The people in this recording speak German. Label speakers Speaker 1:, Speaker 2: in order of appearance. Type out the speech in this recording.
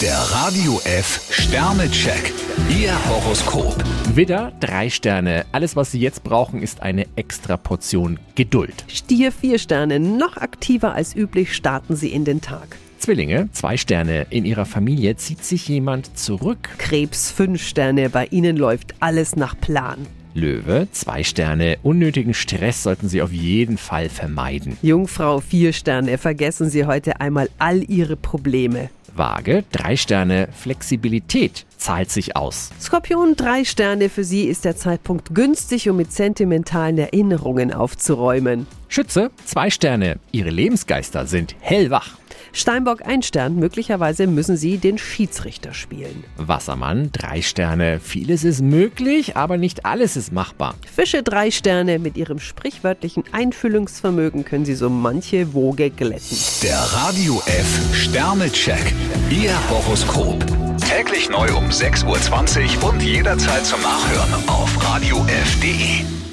Speaker 1: Der Radio F Sternecheck. Ihr Horoskop.
Speaker 2: Widder, drei Sterne. Alles, was Sie jetzt brauchen, ist eine extra Portion Geduld.
Speaker 3: Stier vier Sterne, noch aktiver als üblich starten Sie in den Tag.
Speaker 2: Zwillinge, zwei Sterne. In Ihrer Familie zieht sich jemand zurück.
Speaker 3: Krebs fünf Sterne, bei Ihnen läuft alles nach Plan.
Speaker 2: Löwe, zwei Sterne. Unnötigen Stress sollten Sie auf jeden Fall vermeiden.
Speaker 3: Jungfrau vier Sterne, vergessen Sie heute einmal all Ihre Probleme.
Speaker 2: Waage, drei Sterne. Flexibilität zahlt sich aus.
Speaker 3: Skorpion drei Sterne, für Sie ist der Zeitpunkt günstig, um mit sentimentalen Erinnerungen aufzuräumen.
Speaker 2: Schütze, zwei Sterne. Ihre Lebensgeister sind hellwach.
Speaker 3: Steinbock ein Stern, möglicherweise müssen Sie den Schiedsrichter spielen.
Speaker 2: Wassermann, drei Sterne. Vieles ist möglich, aber nicht alles ist machbar.
Speaker 3: Fische drei Sterne, mit Ihrem sprichwörtlichen Einfühlungsvermögen können Sie so manche Woge glätten.
Speaker 1: Der Radio F Sternecheck. Ihr Horoskop. Täglich neu um 6.20 Uhr und jederzeit zum Nachhören auf Radio radiof.de.